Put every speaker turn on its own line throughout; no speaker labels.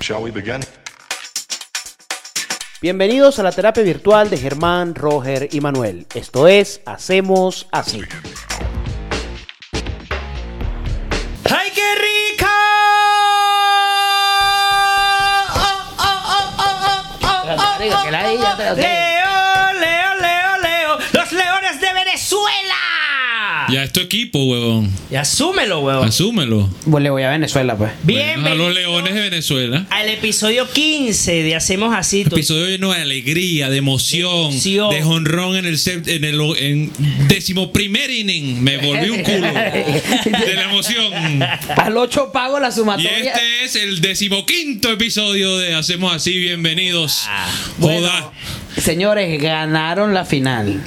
Shall we begin?
Bienvenidos a la terapia virtual de Germán, Roger y Manuel. Esto es Hacemos Así.
¡Ay, qué rica! Oh, oh, oh, oh, oh, oh, oh,
Rica, que la diga, pero que-
Leo, Leo, Leo, Leo. Los leones de Venezuela.
Ya es tu equipo, huevón.
Y asúmelo, weón.
Asúmelo.
Pues le voy a Venezuela, pues.
Bueno, a los
Bienvenido
leones de Venezuela.
al episodio 15 de Hacemos Así. tu-
Episodio lleno de alegría, de emoción,
emoción.
de jonrón en el, sept- en el en decimoprimer inning. Me volví un culo de la emoción.
Al 8 pago la
Y
sumatoria.
este es el decimoquinto episodio de Hacemos Así. Bienvenidos.
Ah,
Joda.
Señores, ganaron la final.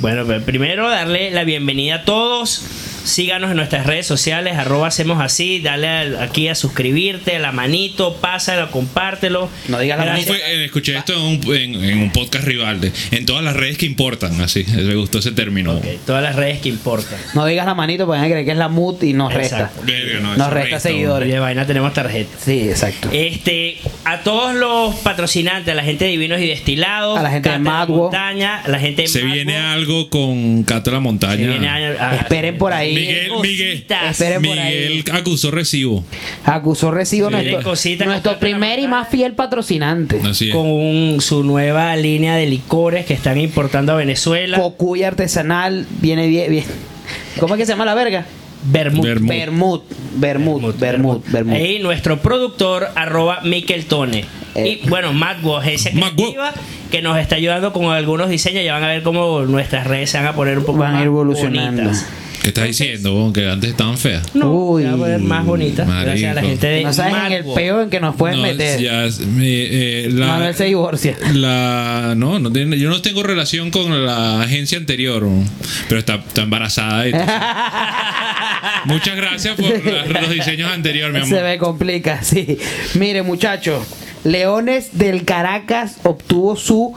Bueno, pero primero darle la bienvenida a todos. Síganos en nuestras redes sociales, arroba hacemos así, dale al- aquí a suscribirte, a la manito, pásalo, compártelo.
No digas la
¿Cómo
Gracias.
fue? Eh, escuché esto en un, en- en un podcast rival. de- en todas las redes que importan. Así. Me gustó ese término.
Ok, todas las redes que importan.
No digas la manito porque van a creer que es la mut y nos resta.
Exacto.
Verga, no,
Nos
eso
resta
resto.
seguidores.
De vaina tenemos tarjeta.
Sí, exacto.
Este, a todos los patrocinantes, a la gente de Divinos y Destilados,
A la gente de
Cátedra
Madwo.
Montaña, a la gente de
Se
Madwo,
viene algo con Cato la Montaña.
se viene a- a-
Esperen por ahí.
Miguel, Miguel.
cositas.
Esperen por
Miguel acusó recibo.
Acusó recibo
Sí.
nuestro,
Miren cositas que
nuestro
están
primer y
trabajando.
más fiel patrocinante.
Así es.
con un- su nueva línea de licores que están importando a Venezuela.
Cocuy artesanal viene bien, bien. ¿Cómo es que se llama la verga?
Bermud.
Ver- Vermut.
Bermud, Bermud, Bermud, Bermud.
Y nuestro productor, arroba Miquel Tone.
Eh.
Y bueno, Madwo, agencia
Madwo.
creativa, que nos está ayudando con algunos diseños. Ya van a ver cómo nuestras redes se van a poner un poco
Van
más
evolucionando.
bonitas.
¿Qué estás diciendo? bon? Que antes estaban feas.
No,
Uy.
se van a poner más bonitas. Gracias a la
Marico.
gente de
No sabes en el
Madwo.
peo en que nos pueden
Eh, No,
meter.
ya, eh, eh, la-
Manuel se divorcia.
la- no, no tiene- yo no tengo relación con la agencia anterior, bon, pero está, está embarazada. y- Muchas gracias por la- los diseños anteriores, mi
Se
amor.
me complica, sí. Mire, muchachos, Leones del Caracas obtuvo su.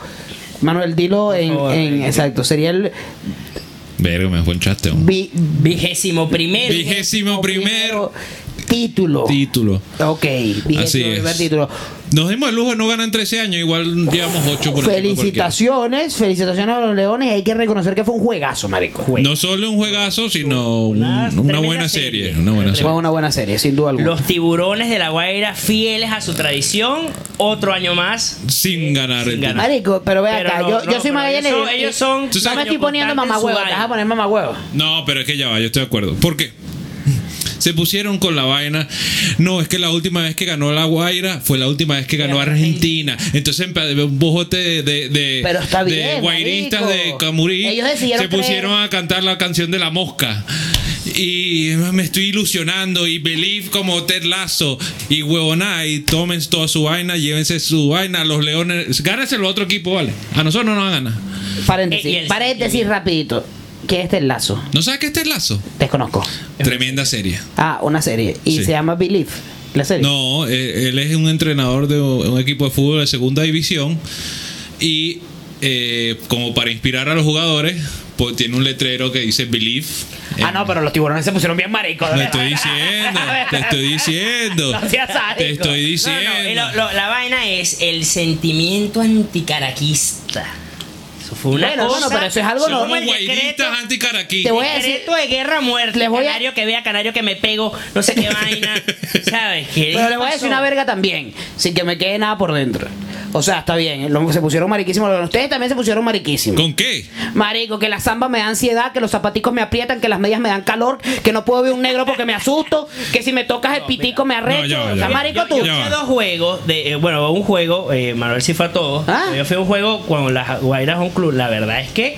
Manuel, dilo en,
favor,
en-
eh.
exacto. Sería el
Verga, me ponchaste un
vi-
Vigésimo primero.
vigésimo primero
título.
título.
ok,
Así
vigésimo primer
es.
título.
Nos dimos el lujo, no ganan 13 años, igual llevamos 8 por encima de cualquiera.
Felicitaciones, felicitaciones a los Leones. Hay que reconocer que fue un juegazo, marico. Fue
No solo un juegazo, sino un-
Una
una,
tremenda
buena
serie.
serie. Una buena serie.
una buena serie, sin duda alguna.
Los tiburones de la Guaira fieles a su tradición, otro año más.
Eh,
Sin ganar.
Sin
el
ganar.
Marico, pero ve
Pero
acá,
no,
yo,
no,
yo soy
pero
más
ellos
bien-
son- ellos son-
Tú
No
sabes-
me estoy poniendo
constante en su
mamahuevo, te
vaina.
vas a poner mamahuevo.
No, pero es que ya va, yo estoy de acuerdo. ¿Por qué? Se pusieron con la vaina. No, es que la última vez que ganó la Guaira fue la última vez que ganó Argentina. Entonces, empe- un bojote de, de, de-
Pero está
de
bien,
guairistas
marico.
de Camurí
Ellos decidieron
se pusieron a cantar la canción de la mosca. Y me estoy ilusionando. Y Believe como Ted Lazo. Y huevona. Y tomen toda su vaina. Llévense su vaina. Los leones. Gánense el otro equipo, vale. A nosotros no nos gana.
Eh, y
Paréntesis,
el-
paréntesis rapidito. ¿Qué es Ted Lazo?
¿No sabes qué es Ted Lazo?
Desconozco.
Tremenda serie.
Ah, una serie. Y
Sí.
se llama Believe. La serie.
No, eh, él es un entrenador de un equipo de fútbol de segunda división y eh, como para inspirar a los jugadores, pues tiene un letrero que dice Believe.
Ah, no, pero los tiburones se pusieron bien maricos. de
Te
verdad.
eh, estoy diciendo, te estoy diciendo.
No seas sádico.
Te estoy
No,
diciendo.
no, y lo- lo- la vaina es el sentimiento anticaraquista. Eso fue una
Bueno,
cosa.
bueno, pero eso es algo
Son
normal.
como
Somos
el decreto,
guairistas anticaraquí.
Te voy a-
decreto de guerra muerta.
Les voy a-
Canario que vea, canario que me pego, no sé qué vaina. ¿Sabes qué?
Pero les voy a decir
pasó?
una verga también, sin que me quede nada por dentro. O sea, está bien, lo- se pusieron mariquísimos. lo- Ustedes también se pusieron mariquísimos.
¿Con qué?
Marico, que la zamba me da ansiedad, que los zapaticos me aprietan, que las medias me dan calor, que no puedo ver un negro porque me asusto, que si me tocas el pitico me arrecho.
No, ya va,
o sea,
ya va.
marico, tú.
Yo fui
Ya
a
va.
dos juegos, de, eh, bueno, a un juego, eh, Manuel sí fue a todos.
Ah.
Yo fui a un juego con las Guairas Home Club. La verdad es que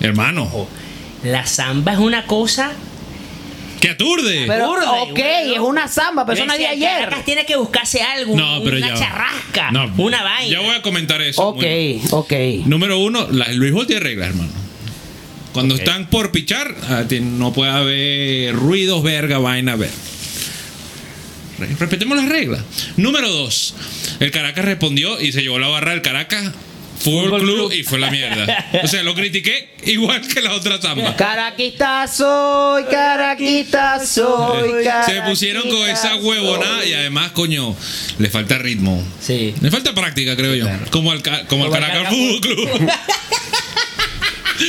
Hermano,
la samba es una cosa.
que aturde.
Pero,
Burda,
ok,
güey,
es una zamba, pero
Yo
eso nadie
decía,
ayer.
Caracas tiene que buscarse algo,
no, pero
una
ya. va.
charrasca,
No,
una vaina.
Ya voy a comentar eso.
Ok,
Muy-
ok.
Número uno, la- Luis Vol tiene reglas, hermano. Cuando están por pichar, ah, ti- no puede haber ruidos, verga, vaina, ver. Re- Respetemos las reglas. Número dos, el Caracas respondió y se llevó la barra del Caracas Fútbol Club y fue la mierda. O sea, lo critiqué igual que la otra samba.
Caraquita soy, caraquita soy.
Se pusieron con esa huevonada y además, coño, le falta ritmo.
Sí.
Eh.
Le falta práctica, creo yo. Como al, ca- como al
Como al
Caracas
Caracas
Fútbol Club.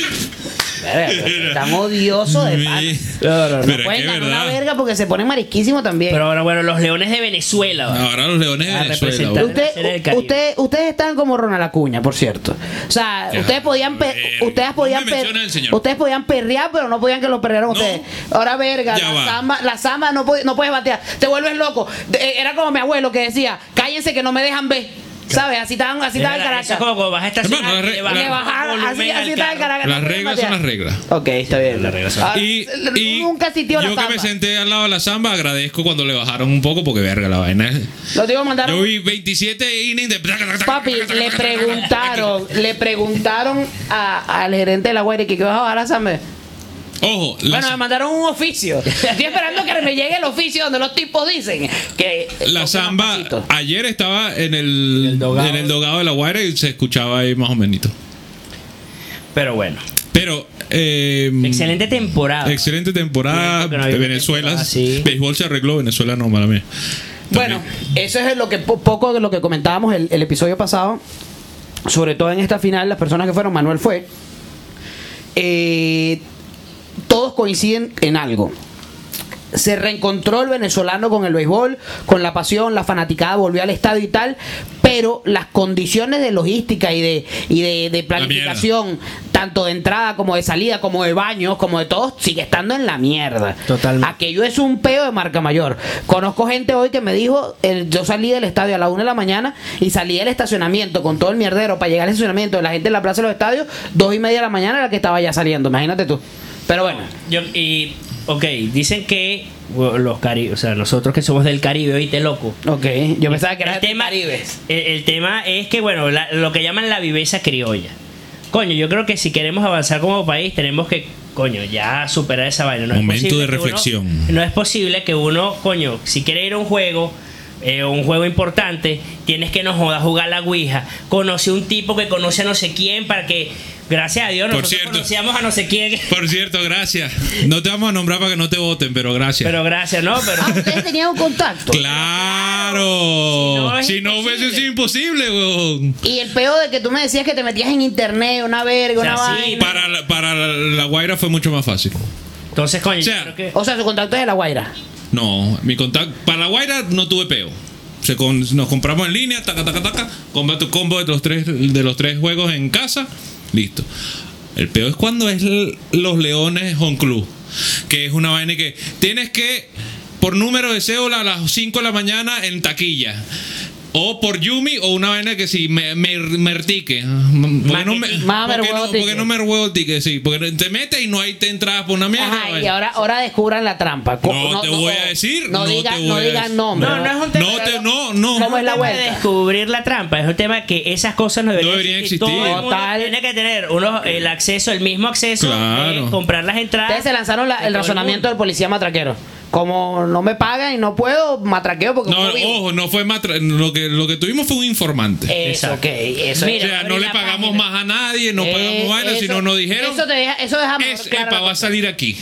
Están odiosos de pan.
Pero es que
Pueden
es
ganar una
verdad.
verga porque se ponen marisquísimo también.
Pero ahora, bueno, los Leones de Venezuela. ¿vale?
Ahora los leones de
A
Venezuela.
representar.
güey.
Usted-
Era el Caribe.
usted- ustedes están como Ronald Acuña, por cierto. O sea,
Ya,
ustedes podían pe-
verga.
ustedes podían
No me
pe-
menciona el señor.
ustedes podían perrear, pero no podían que lo perrearan ustedes. Ahora verga,
Ya
la
va.
sama, la sama no puede, no puedes batear, te vuelves loco. De- eh, Era como mi abuelo que decía, "Cállense que no me dejan ver." ¿Sabes? Así estaban así
Es
estaban en
verdad, eso
Caracas.
es como cuando vas a estacionar,
Hermano, la
que
re-
le
la-
bajas
Le
el
bajaban, así
volumen al
así estaban en
carro.
Caracas.
Las
no
reglas
podían
son las
batear.
reglas.
Ok, está bien. Ah,
Y, y
nunca existió la
yo que me
samba.
senté al lado de la samba, agradezco cuando le bajaron un poco porque verga la vaina.
Lo digo mandar
Yo vi 27 innings de
Papi, le preguntaron, le preguntaron a- al gerente de la Guaira que qué vas a bajar a Sambe.
Ojo, la,
Bueno, me mandaron un oficio. Estoy esperando que me llegue el oficio donde los tipos dicen que.
la samba
Pasito.
ayer estaba en el,
el dogado.
en el dogado de la guaira y se escuchaba ahí más o menos.
Pero bueno,
Pero eh,
excelente temporada.
excelente temporada
Porque no había
Venezuela.
temporada, sí.
Béisbol se arregló, Venezuela no, mala mía.
Bueno, eso es lo que po- poco de lo que comentábamos el, el episodio pasado. Sobre todo en esta final, las personas que fueron, Manuel fue. eh, todos coinciden en algo. Se reencontró el venezolano con el béisbol, con la pasión, la fanaticada, volvió al estadio y tal, pero las condiciones de logística y de, y de, de planificación, tanto de entrada como de salida, como de baños, como de todo, sigue estando en la mierda.
Totalmente.
Aquello es un peo de marca mayor. Conozco gente hoy que me dijo, el- yo salí del estadio a la una de la mañana y salí del estacionamiento con todo el mierdero para llegar al estacionamiento de la gente en la plaza de los estadios, dos y media de la mañana era la que estaba ya saliendo, imagínate tú. Pero bueno.
Yo, y, ok, dicen que bueno, los Cari o sea, nosotros que somos del Caribe, oíste loco.
Ok, yo pensaba que era
el tema, el- el tema es que, bueno, la- lo que llaman la viveza criolla. Coño, yo creo que si queremos avanzar como país, tenemos que, coño, ya superar esa vaina. No es
Momento
posible
de
que uno-
reflexión.
no es posible que uno, coño, si quiere ir a un juego, eh, un juego importante, tienes que no joda jugar la Ouija. Conoce un tipo que conoce a no sé quién para que, gracias a Dios,
Por
nosotros
cierto.
conocíamos a no sé quién.
Por cierto, gracias. No te vamos a nombrar para que no te voten, pero gracias.
Pero gracias, ¿no? Pero.
ustedes tenían un contacto.
Claro.
Si no, es
Si no hubiese
imposible.
sido imposible, weón.
Y el peo de que tú me decías que te metías en internet, una verga,
O sea,
una
sí,
vaina.
Para la, para la, la Guaira fue mucho más fácil.
Entonces, coño,
O sea,
yo creo que.
O sea, su contacto es de la Guaira.
No, mi contacto. Para la Guaira no tuve peo. Se con- nos compramos en línea, taca, taca, taca. Compra tu combo de los tres, de los tres juegos en casa. Listo. El peo es cuando es l- los Leones Home Club. Que es una vaina que tienes que, por número de cédula, a las 5 de la mañana en taquilla. O por Yumi, o una vaina que si me, me, mertique. ¿Por qué no me,
Marketing.
Más
por qué
vergüenza
no, por qué
ticket.
no me rehuevo el ticket? Sí, porque te metes y no hay te entradas por una mierda.
Ajá, y
vaina.
ahora, ahora descubran la trampa. Co-
No te voy a decir,
No,
no te
digan,
voy
no
a
digan
decir.
nombre.
No, no es un tema.
No, te, no, no.
¿Cómo es la
tema de
vuelta?
descubrir la trampa es un tema que esas cosas no deberían,
deberían
Todo
existir.
el mundo
Total.
tiene que tener uno, el acceso, el mismo acceso,
Claro.
eh, comprar las entradas.
Ustedes se lanzaron la-
de
el
todo
razonamiento del
mundo.
policía matraquero. Como no me pagan y no puedo, matraqueo porque
No,
como vivo. Eh,
ojo, no fue matra- lo que lo que tuvimos fue un informante.
Eso,
Exacto.
ok, eso
o
Mira,
sea, no
abrí
le
la
pagamos
página.
más a nadie, no
Eh,
pagamos vaina,
eso-
sino nos dijeron
Eso, te deja, eso deja mejor
es
clara la
epa, va a
cosa.
salir aquí.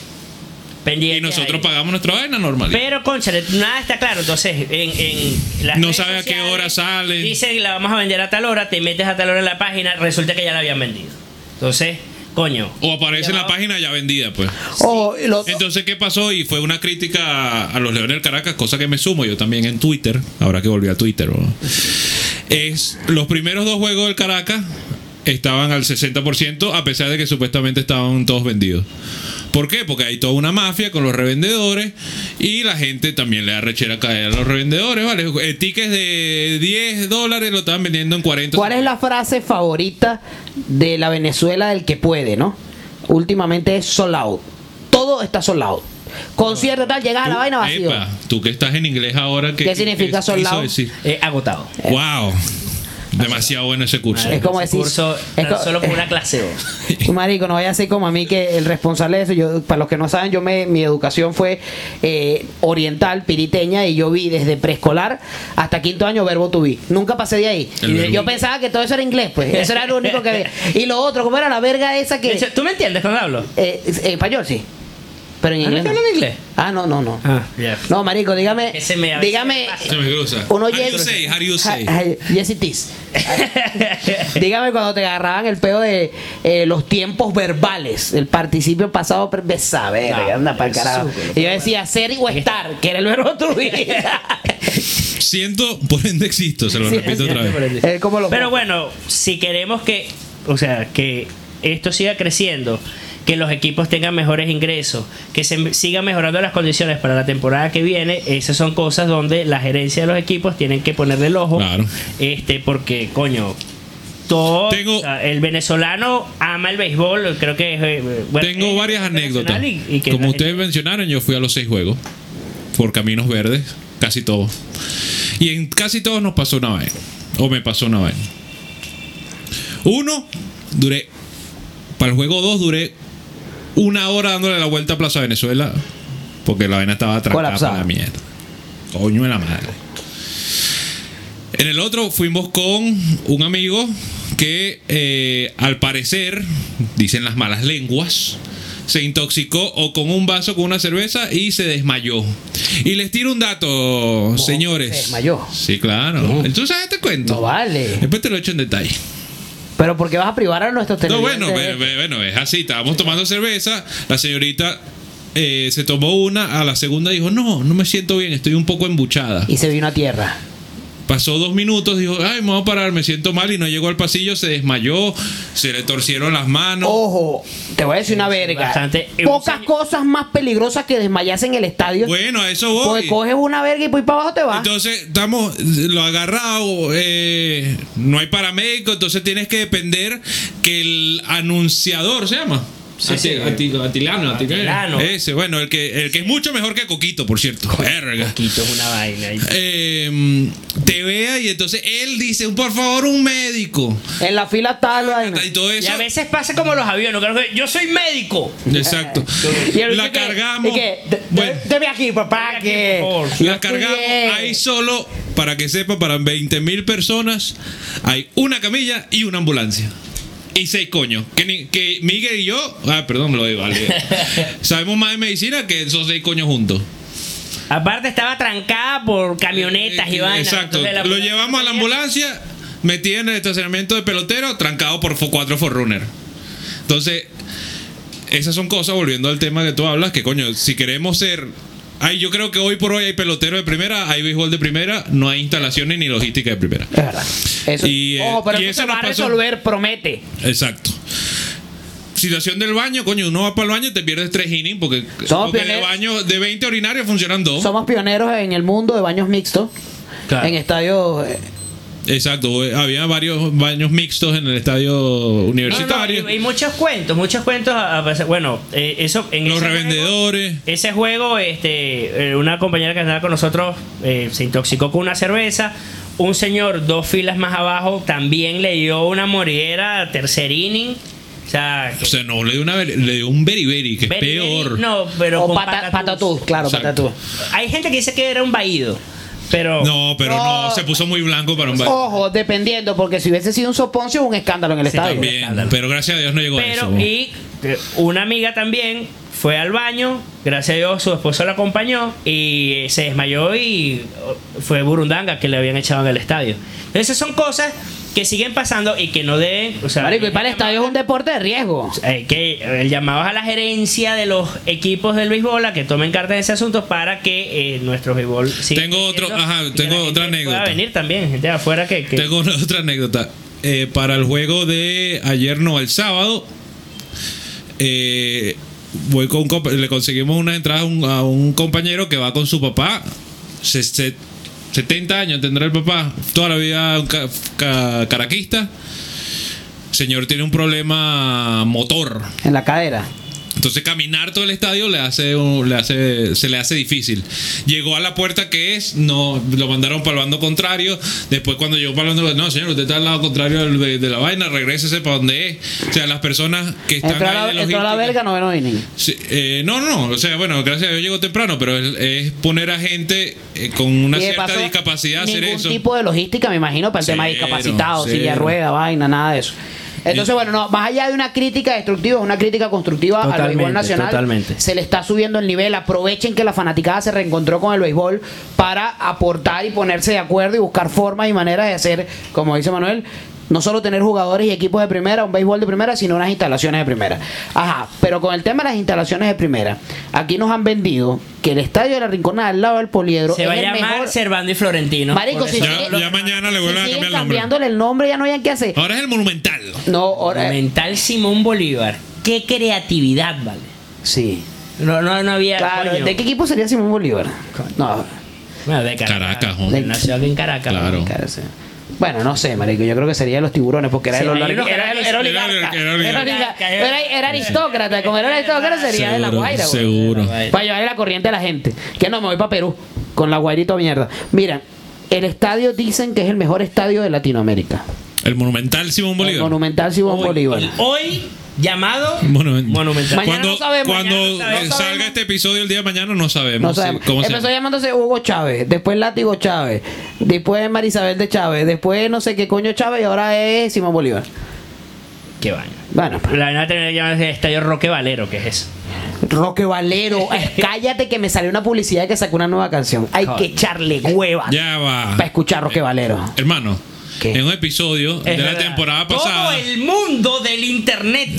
Pendientes
Y nosotros
ahí.
pagamos nuestra vaina normal.
Pero, concha, nada está claro. Entonces, en, en las
No
redes
sabe a qué
sociales,
hora sale.
Dicen, la vamos a vender a tal hora, te metes a tal hora en la página, resulta que ya la habían vendido. Entonces, coño.
o aparece en la
llamado-
página ya vendida, pues.
Ojo, y Oh, lo-
Entonces, ¿qué pasó? Y fue una crítica a- a los Leones del Caracas, cosa que me sumo yo también en Twitter. Ahora que volví a Twitter, ¿no? es los primeros dos juegos del Caracas estaban al 60%, a pesar de que supuestamente estaban todos vendidos. ¿Por qué? Porque hay toda una mafia con los revendedores y la gente también le da rechera caer a los revendedores, ¿vale? Eh, tickets de 10 dólares lo estaban vendiendo en 40.
¿Cuál es la frase favorita de la Venezuela del que puede, no? Últimamente es sold out. Todo está sold out. Concierto tal, llegas a la
Tú,
vaina vacío.
epa, tú que estás en inglés ahora, ¿qué,
¿Qué significa
qué- qué quiso
soldado?
decir?
eh, agotado.
Wow. Demasiado bueno ese curso.
Es como
Ese
decir-
curso
es
tan
co-
solo por una clase 2.
Tu marico, no vaya a ser como a mí que el responsable de eso. Yo, para los que no saben, yo me, mi educación fue eh, oriental, piriteña, y yo vi desde preescolar hasta quinto año verbo to be. Nunca pasé de ahí.
El verbo.
Yo pensaba que todo eso era inglés, pues. Eso era lo único que veía. Y lo otro, ¿cómo era la verga esa que.
¿Tú me entiendes cuando hablo?
Eh, en español sí. Pero en
Ah, ¿no
inglés.
te hablan inglés?
Ah, no, no, no.
Ah, ya.
No, marico, dígame.
Ese me- a veces
dígame.
me pasa.
Se me cruza.
Uno
how do
llega-
you say? How do you say?
Ja- ja- yes, it is. Dígame cuando te agarraban el pedo de eh, los tiempos verbales, el participio pasado per- de saber,
Ah,
anda para
eso,
carajo. Y yo decía ser o estar, que era el verbo tu vida.
Siento, por ende existo, se lo
Sí,
repito otra
Siempre por
vez.
el-
Es como lo-
Pero bueno, si queremos que, o sea, que esto siga creciendo, que los equipos tengan mejores ingresos, que se sigan mejorando las condiciones para la temporada que viene, esas son cosas donde la gerencia de los equipos tienen que ponerle el ojo.
Claro.
Este, porque, coño, todo
Tengo-
o sea, el venezolano ama el béisbol, creo que es, eh, bueno,
Tengo
es
varias
internacional
anécdotas.
y- y que
Como
la
ustedes mencionaron, yo fui a los seis juegos por caminos verdes, casi todos. Y en casi todos nos pasó una vaina. O me pasó una vaina. Uno, duré. Para el juego dos, duré una hora dándole la vuelta a Plaza Venezuela. Porque la vaina estaba atrapada
Colapsada.
para la mierda. Coño de la madre. En el otro fuimos con un amigo que eh, al parecer, dicen las malas lenguas, se intoxicó o con un vaso con una cerveza y se desmayó. Y les tiro un dato, señores.
se desmayó.
Sí, claro. Entonces, ¿sabes este cuento?
No vale.
Después te lo echo en detalle.
Pero porque vas a privar a nuestros
No,
televidentes.
bueno, ve- ve- bueno, es así. Estábamos tomando cerveza. La señorita eh, se tomó una. A la segunda dijo, no, no me siento bien. Estoy un poco embuchada.
Y se vino a tierra.
Pasó dos minutos. Dijo, ay, me voy a parar. Me siento mal. Y no llegó al pasillo. Se desmayó. Se le torcieron las manos.
Ojo, te voy a decir una verga.
bastante-
Pocas cosas más peligrosas que desmayarse en el estadio.
Bueno, a eso voy.
Porque coges una verga y pues para abajo te vas.
Entonces, estamos, lo agarrado, eh, no hay paramédico, entonces tienes que depender que el anunciador se llama.
Sí,
Ati-
sí.
ati- atilano, ati-
Atilano.
Ese, bueno, el que, el que es mucho mejor que Coquito, por cierto. Verga.
Quito es una vaina. y-
Eh, te vea y entonces él dice, por favor, un médico.
En la fila tal vaina.
Y todo
Y
eso.
a veces pasa como los aviones. creo que Yo soy médico.
Exacto.
Y el
La
bicho que-
cargamos.
y que, de- de-
Bueno.
deme aquí, papá,
Deme aquí,
que.
por favor.
yo
La
estoy
cargamos.
bien.
Hay solo, para que sepa, para 20 mil personas, hay una camilla y una ambulancia. Y seis coños. Que, ni- que Miguel y yo, ah, perdón, lo digo, vale. sabemos más de medicina que esos seis coños juntos.
Aparte estaba trancada por camionetas
Eh,
y vainas.
Exacto.
Entonces, la
Lo
ambulancia
llevamos a la
tenía-
ambulancia, metida en el estacionamiento de pelotero, trancado por fo- cuatro Forerunner. Entonces, esas son cosas, volviendo al tema que tú hablas, que coño, si queremos ser. Ay, yo creo que hoy por hoy hay pelotero de primera, hay béisbol de primera, no hay instalaciones ni logística de primera.
Es verdad. Eso,
Y, eh,
ojo, pero
y
eso
eso
se va
nos
a
pasó.
resolver, promete.
Exacto. Situación del baño, coño, uno va para el baño y te pierdes tres innings porque,
Somos
porque de
pioneros.
baño de 20 urinarios funcionan dos.
Somos pioneros en el mundo de baños mixtos.
Claro.
En estadios. eh,
Exacto, eh, había varios baños mixtos en el estadio
No, no,
universitario.
y, y muchos cuentos, muchos cuentos. a- a- bueno, eh, eso en
Los
ese
revendedores.
juego- ese juego, este, eh, una compañera que andaba con nosotros eh, se intoxicó con una cerveza. Un señor dos filas más abajo también le dio una moridera tercer inning. O sea,
O sea, no, le dio, una, ver- le dio un beriberi, que es
very, very-
peor.
No, pero
o
con
pata, patatús,
patatús.
claro,
Exacto.
patatús.
Hay gente que dice que era un vaído, pero
No, pero no,
No.
se puso muy blanco para un baño.
Ojo, dependiendo, porque si hubiese sido un soponcio, un escándalo en el
Sí,
estadio.
También, pero gracias a Dios no llegó a
Pero,
eso.
y eh, una amiga también fue al baño, gracias a Dios su esposo la acompañó y eh, se desmayó y oh, fue burundanga que le habían echado en el estadio. Esas son cosas que siguen pasando y que no deben. O sea,
Marico, y para el estadio es un deporte de riesgo.
eh, que eh, llamados a la gerencia de los equipos del béisbol a que tomen cartas en ese asunto para que eh, nuestro béisbol siga
Tengo otro-
creciendo
ajá,
y que la
tengo
gente
otra
pueda
anécdota.
venir también, gente de afuera que. que-
Tengo una- otra anécdota. Eh, para el juego de ayer, no, el sábado, eh, voy con, un compa- le conseguimos una entrada a un, a un compañero que va con su papá. Se- se- 70 años tendrá el papá, toda la vida un ca- ca- caraquista. Señor tiene un problema motor.
En la cadera.
Entonces caminar todo el estadio le hace, un- le hace se le hace difícil. Llegó a la puerta que es, no lo mandaron para el bando contrario. Después cuando llegó para el bando no señor, usted está al lado contrario del- de, de la vaina, regrésese para donde es. O sea, las personas que están
Entró a
ahí
la,
de logística-
entró a la verga, noveno inning.
Sí, eh, no, no, o sea, bueno, gracias a Dios llegó temprano, pero es, es poner a gente eh, con una
Y de
cierta
paso,
discapacidad hacer
ningún
eso.
tipo de logística, me imagino, para el tema de
Cero,
discapacitados,
cero.
silla de rueda, vaina, nada de eso. Entonces,
Y-
bueno, no, más allá de una crítica destructiva, es una crítica constructiva al
Totalmente,
béisbol nacional.
totalmente.
Se le está subiendo el nivel. Aprovechen que la fanaticada se reencontró con el béisbol para aportar y ponerse de acuerdo y buscar formas y maneras de hacer, como dice Manuel, no solo tener jugadores y equipos de primera, un béisbol de primera, sino unas instalaciones de primera. Ajá, pero con el tema de las instalaciones de primera, aquí nos han vendido que el estadio de la Rinconada al lado del Poliedro
Se
es
va a
el
llamar
mejor-
Servando y Florentino.
Marico,
Por
si
eso-
Ya-
sigue-
ya mañana le vuelven a
si siguen
cambiar el nombre. Ah.
cambiándole el nombre, ya no hayan qué hacer.
Ahora es el monumental.
No, ahora.
Mental Simón Bolívar. Qué creatividad, vale.
Sí.
No, no, no había.
Claro,
coño.
¿de qué equipo sería Simón Bolívar? No,
Bueno, de
Caracas,
Caracas.
hombre.
Nació aquí en Caracas.
Claro.
claro, sí. Bueno, no sé, marico, yo creo que sería de los tiburones, porque era
Sí,
de los
hay unos
largos- era-
canales-
era oligarca.
Era- era oligarca.
Era oligarca. Era- era aristócrata, como era aristócrata sería de la Guaira, güey.
seguro.
Guaira.
Para llevar la corriente a la gente. Que no, me voy para Perú. Con la guairita mierda. Mira, el estadio dicen que es el mejor estadio de Latinoamérica.
El monumental Simón
El
Bolívar.
Monumental Simón
Hoy-
Bolívar.
Hoy llamado
Monumental.
Monumental.
Mañana
Cuando,
no sabemos,
cuando
mañana no sabemos.
salga este episodio el día de mañana no sabemos,
No sabemos.
si- cómo se
Empezó
llama.
llamándose Hugo Chávez, después Látigo Chávez, después Marisabel de Chávez, después no sé qué coño Chávez y ahora es Simón Bolívar.
Qué vaina.
Bueno, pues,
La van a tener que llamar el Estadio Roque Valero, que es eso.
Roque Valero, eh, cállate que me salió una publicidad que sacó una nueva canción. Hay que echarle hueva
Ya va.
para escuchar Roque Valero.
Hermano,
¿Qué?
en un episodio de
Es
la
verdad.
temporada
Todo
pasada
el mundo del internet.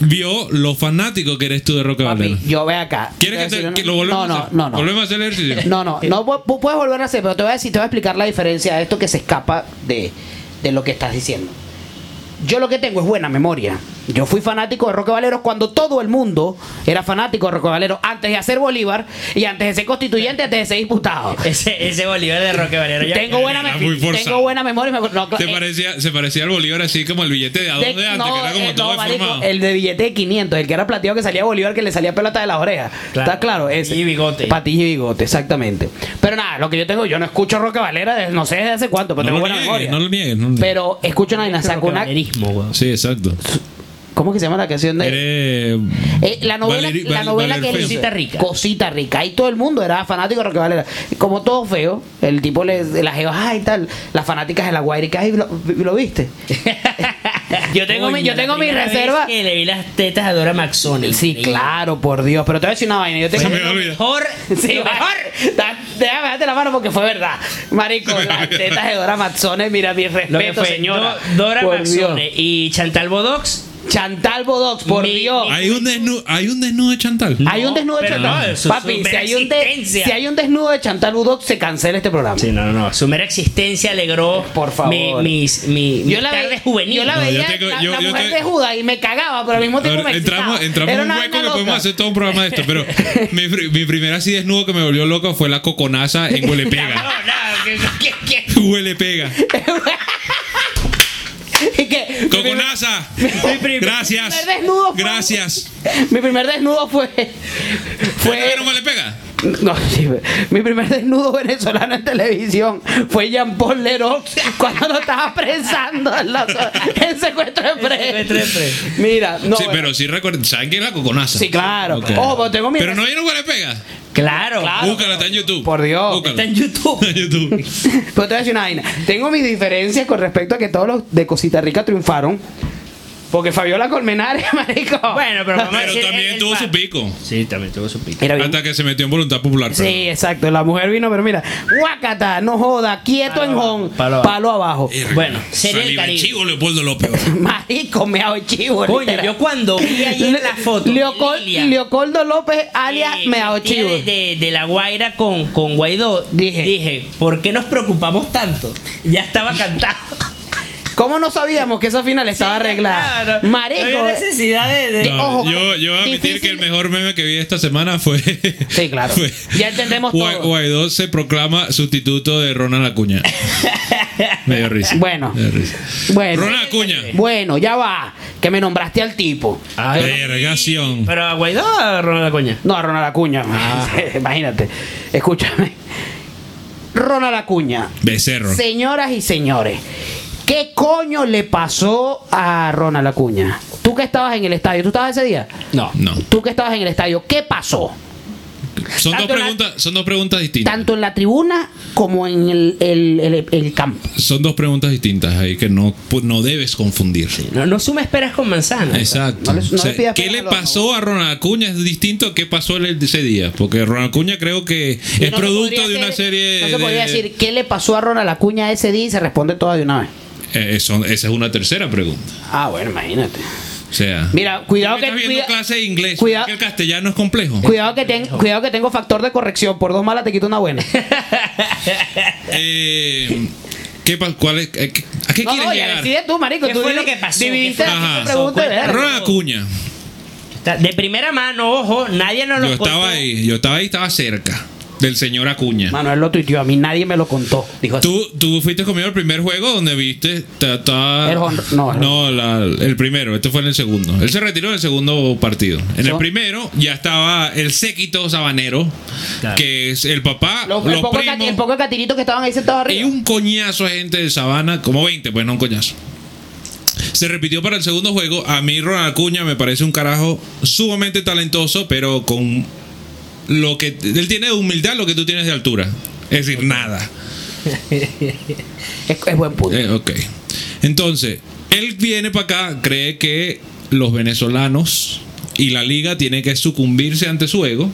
vio lo fanático que eres tú de Roque
Papi,
Valero.
yo ve acá.
¿Quieres
Te voy
que,
a
te-
decir
que
una-
lo volvemos
no,
a hacer?
No, no, no.
¿Volvemos a hacer el ejercicio?
No, no, no pu- pu- puedes volver a hacer, pero te voy a decir, te voy a explicar la diferencia de esto que se escapa de, de lo que estás diciendo. Yo lo que tengo es buena memoria. Yo fui fanático de Roque Valero cuando todo el mundo era fanático de Roque Valero antes de hacer Bolívar y antes de ser constituyente, antes de ser diputado.
Ese, ese Bolívar de Roque Valero. ya-
Tengo buena,
Era
me-
muy forzado.
tengo buena memoria. y me acuerdo- no,
Se
eh,
parecía, se parecía al Bolívar así como el billete de a
de-
dos de antes,
no,
que era como
eh,
todo
no, marico,
deformado.
el de billete de 500, el que era plateado que salía Bolívar, que le salía pelota de las orejas.
Claro.
Está claro, ese.
Y bigote.
Patilla y bigote, exactamente. Pero nada, lo que yo tengo, yo no escucho Roque Valera, desde- no sé desde hace cuánto, pero
No
tengo
lo
buena
niegues,
memoria.
no lo niegues. no lo niegues.
Pero escucho una vaina, sacó una.
Valerismo, weón.
Sí, exacto.
¿Cómo que se llama la canción de.?
Eres-
Eh, la novela,
Valeri-
la
Val-
novela que
Valer
él
Feo.
hizo.
Cosita Rica.
Cosita rica. Ahí todo el mundo era fanático de Roque Valera. Y Como todo feo, el tipo le la jeva, ay tal, las fanáticas de la Guaira y que, ay, lo, lo viste. yo tengo mi, yo
Coño,
tengo
la
mi
primera vez
reserva.
Que le vi las tetas a Dora Maxoni.
Sí, claro, por Dios. Pero te voy a decir una vaina. Yo
Se
tengo.
me olvidó.
Mejor.
Sí,
lo
mejor. Da- Déjame darte la mano porque fue verdad. Marico, las tetas de Dora Mazzone, mira, mi
Lo que
respeto,
fue
señora.
Do- Dora
Por
Maxone
Dios.
y Chantal Bodox.
Chantal Bodox, por
Mi-
Dios.
Hay un desnudo, hay un desnudo de Chantal.
Hay un desnudo de
pero
Chantal.
no, eso es
Papi,
una
si hay, un de-
existencia.
si hay un desnudo de Chantal Budox, se cancela este programa.
Sí, no, no, no. Su mera existencia alegró
Por favor.
mi, mis, mi, mi tarde
ve-
juvenil.
yo la
No, yo
veía,
tengo-
la,
yo-
la
yo
mujer
te-
de Judas y me cagaba, pero al mismo tiempo
A ver,
me
entramos,
excitaba.
entramos
Era
en un
una
hueco
vaina
que podemos
loca.
hacer todo un programa de esto, pero mi, fr- mi primera así desnudo que me volvió loco fue la coconaza en
No,
Huelepega.
no, que- que- que-
Huelepega.
Y que-
Coconaza.
primer
Gracias.
primer desnudo fue-
Gracias.
Mi primer desnudo fue.
¿Fue
fue
un Huelepega?
no, sí, mi primer desnudo venezolano en televisión fue Jean Paul Lerox cuando lo estaba presando en, la- en secuestro de
secuestro de
pre.
pre.
Mira, no.
sí,
bueno.
pero sí recuerden, ¿saben qué es la coconaza?
Sí, claro.
Ok.
Ojo, pero tengo mi
Pero no vieron Huelepega.
Claro.
Búscala, está en YouTube.
Ah, Por Dios.
Está
Búscala.
en YouTube.
en YouTube.
Pero te voy a decir una vaina. Tengo mis diferencias con respecto a que todos los de Cosita Rica triunfaron. Porque Fabiola Colmenares, marico.
Bueno, pero vamos a
Pero
decir
también
el
tuvo
pa-
su pico.
Sí, también tuvo su pico.
Era bien.
Hasta que se metió en voluntad popular.
Sí, exacto. La mujer vino, pero mira. Guacata, no joda, quieto
Palo
en
abajo,
hon.
palo
Palo,
abajo.
abajo.
pero-
Bueno, sería el
Saliva en
Caribe.
chivo Leopoldo López.
Marico, me hago chivo.
Coño,
literal.
yo cuando vi ayer
Le-
la foto. de
Leocol-
Lilia,
Leopoldo López, alias
eh,
me hago
tía
chivo.
De, de- de la Guaira con, con Guaidó.
Dije.
dije, ¿por qué nos preocupamos tanto? Ya estaba cantado.
¿Cómo no sabíamos que esa final estaba arreglada?
Claro. No
Marico.
había necesidad de. de-
No,
Ojo,
yo, yo voy a admitir
difícil.
que el mejor meme que vi esta semana fue. Sí,
claro. Ya entendemos todo.
Guaidó se proclama sustituto de Ronald Acuña. Me dio risa.
Bueno. Eh,
Me dio risa.
Bueno.
Ronald Acuña.
Bueno, ya va. Que me nombraste al tipo. eh,
Eh. Vergación.
Pero a Guaidó o a Ronald Acuña.
No, a Ronald Acuña. Imagínate. Escúchame. Ronald Acuña.
Becerro.
Señoras y señores, ¿qué coño le pasó a Ronald Acuña? Tú que estabas en el estadio, ¿tú estabas ese día?
No.
No.
Tú que estabas en el estadio, ¿qué pasó?
Son dos,
Tanto la-
preguntas, son dos preguntas distintas.
Tanto en la tribuna como en el, el- el- el campo.
Son dos preguntas distintas ahí que no, pu- no debes confundir.
No, no sumes peras con manzanas.
Exacto.
No le- no le
O sea,
pidas
¿Qué
perdón
le
al otro.
pasó a Ronald Acuña? Es distinto a qué pasó el- ese día. Porque Ronald Acuña creo que
Y
es
no se
producto
podría
de una
hacer-
serie.
No se podría
de-
decir qué le pasó a Ronald Acuña ese día y se responde toda de una vez.
Eh, eso- esa es una tercera pregunta.
Ah, bueno, imagínate.
O sea.
Mira, cuidado
¿Me
que.
estás viendo
cuida-
clase de inglés.
cuidado-
porque el castellano es complejo.
Cuidado que, ten- cuidado que tengo factor de corrección. Por dos malas te quito una buena.
Eh, ¿qué pa- cuál es- eh, qué- ¿A qué
No,
quieres
no, ya
llegar?
decide tú, marico.
¿Qué
tú
fue
di-
lo que pasó?
dividiste
¿Qué
fue lo
la
que
pregunta
pasó?
y verga.
Ronald Acuña.
Está- De primera mano, ojo, nadie nos lo
Yo
contó.
estaba ahí, yo estaba ahí, estaba cerca del señor Acuña.
Manuel lo tuiteó, a mí nadie me lo contó. Dijo así.
Tú, tú fuiste conmigo al primer juego donde viste. ta- ta-
El hon- no, el-
no, la- el primero. Este fue en el segundo. Él se retiró en el segundo partido. En el
No.
primero ya estaba el séquito sabanero,
Claro.
que es el papá,
Lo- el,
los
poco
primos
cati- el poco de catiritos que estaban ahí sentados
y
arriba.
un coñazo de gente de sabana, como 20, pues no un coñazo. Se repitió para el segundo juego. A mí Ronald Acuña me parece un carajo sumamente talentoso, pero con lo que él tiene de humildad, lo que tú tienes de altura. Es decir, nada.
Es, es buen punto.
Eh, ok. Entonces, él viene para acá, cree que los venezolanos y la liga tienen que sucumbirse ante su ego.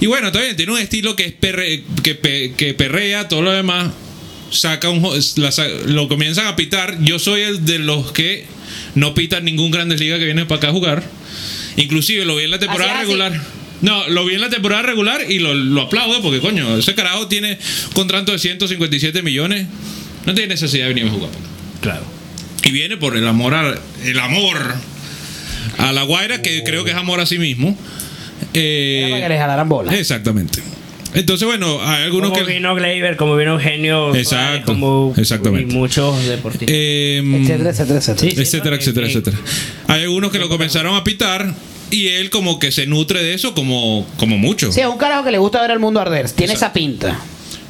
Y bueno, está bien, tiene un estilo que, es perre- que, pe- que perrea, todo lo demás. Saca un, jo- la sa- lo comienzan a pitar. Yo soy el de los que no pitan ningún Grandes Liga que viene para acá a jugar. Inclusive lo vi en la temporada
Así es, así.
regular. No, lo vi en la temporada regular y lo, lo aplaudo porque, coño, ese carajo tiene un contrato de 157 millones. No tiene necesidad de venir a jugar.
Claro.
Y viene por el amor al, el amor a la Guaira, que creo que es amor a sí mismo. Eh,
Era para que le jalaran bola.
exactamente. Entonces, bueno, hay algunos
Como
que.
vino Gleyber, como vino Eugenio. Suárez,
Exacto,
Como
exactamente.
Y muchos deportistas.
eh,
etcétera, etcétera, etcétera.
Sí, sí,
etcétera,
¿no?
etcétera,
Eh,
etcétera. Hay algunos que lo comenzaron a pitar y él como que se nutre de eso como, como mucho.
Sí, es un carajo que le gusta ver al mundo arder. Tiene esa pinta.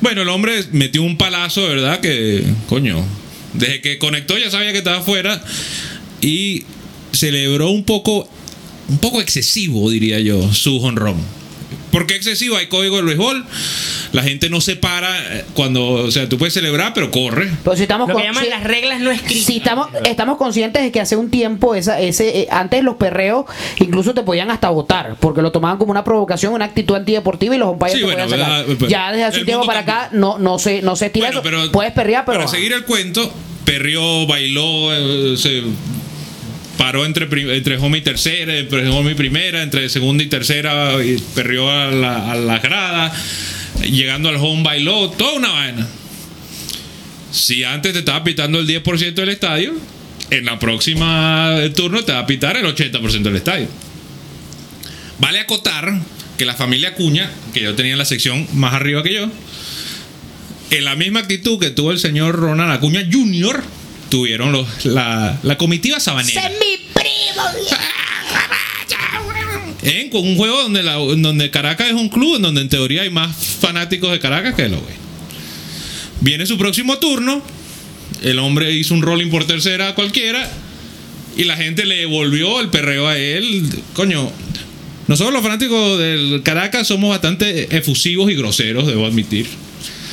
Bueno, el hombre metió un palazo, de verdad, que, coño, desde que conectó ya sabía que estaba afuera y celebró un poco, un poco excesivo, diría yo, su honrón. ¿Por qué excesivo? Hay código de béisbol. La gente no se para eh, cuando, o sea, tú puedes celebrar, pero corre.
Pero si estamos
Lo
con-
que llaman
si-
las reglas no escritas.
si estamos, estamos conscientes de que hace un tiempo esa, ese, eh, antes los perreos incluso te podían hasta votar, porque lo tomaban como una provocación, una actitud antideportiva y los umpires
Sí,
te
bueno,
podían sacar.
¿verdad? Pero-
ya desde hace
el
un tiempo
mundo
para acá no, no se, no se estila
Bueno,
eso. Puedes perrear, pero.
Para
ah,
seguir el cuento, perrió, bailó, eh, se paró entre, pri- entre home y tercera, entre home y primera, entre segunda y tercera, y perrió a la, a la grada, llegando al home bailó, toda una vaina. Si antes te estaba pitando el 10% del estadio, en la próxima eh, turno te va a pitar el 80% del estadio. Vale acotar que la familia Cuña, que yo tenía en la sección más arriba que yo, en la misma actitud que tuvo el señor Ronald Acuña Jr., tuvieron los, la, la comitiva sabanera. ¡Es mi Ah, primo! En ¿Eh? un juego donde, la- donde Caracas es un club, en donde en teoría hay más fanáticos de Caracas que de los güey. Viene su próximo turno, el hombre hizo un rolling por tercera a cualquiera y la gente le devolvió el perreo a él. Coño, nosotros los fanáticos del Caracas somos bastante efusivos y groseros, debo admitir.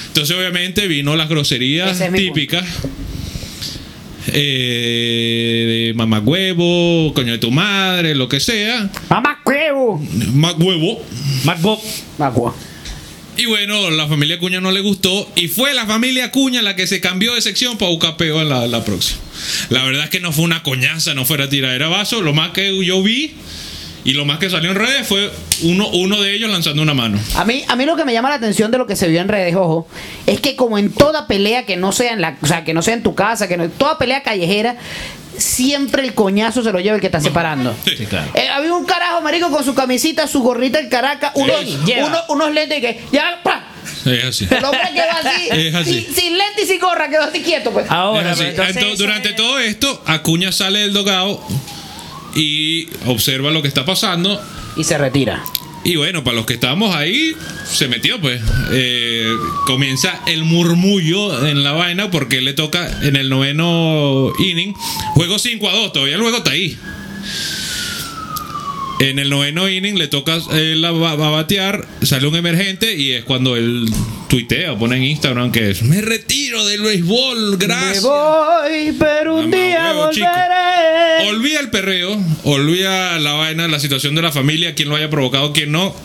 Entonces, obviamente, vino las groserías
Ese es mi punto.
típicas. eh, de mamagüevo, coño de tu madre, lo que sea,
¡Mamá huevo!
magüevo.
MacBook.
Macua.
Y bueno, la familia Cuña no le gustó y fue la familia Cuña la que se cambió de sección para buscar peo en la, la próxima. La verdad es que no fue una coñaza, no fuera tiradera vaso. Lo más que yo vi y lo más que salió en redes fue uno, uno de ellos lanzando una mano.
A mí, a mí lo que me llama la atención de lo que se vio en redes, ojo, es que como en toda pelea que no sea en la, o sea, que no sea en tu casa, que no, toda pelea callejera, siempre el coñazo se lo lleva el que está separando.
Sí, claro.
Eh, había un carajo marico con su camisita, su gorrita el Caracas, unos,
Sí, lleva.
uno- unos lentes que ya pa,
Es así.
El hombre quedó así,
Es así.
Sin, sin lente y sin gorra, quedó así quieto, pues.
Ahora,
Es así.
pero entonces
Ento-
eso
durante
es-
todo esto, Acuña sale del dogado y observa lo que está pasando.
Y se retira.
Y bueno, para los que estábamos ahí, se metió pues. Eh, comienza el murmullo en la vaina porque le toca en el noveno inning. Juego 5 a 2, todavía el juego está ahí. En el noveno inning le toca eh, la va, va a batear, sale un emergente y es cuando él tuitea o pone en Instagram que es me retiro del béisbol, gracias.
Me voy, pero un
Mamá
día
huevo, chico.
volveré.
Olvida el perreo, olvida la vaina, la situación de la familia, quién lo haya provocado, quién no.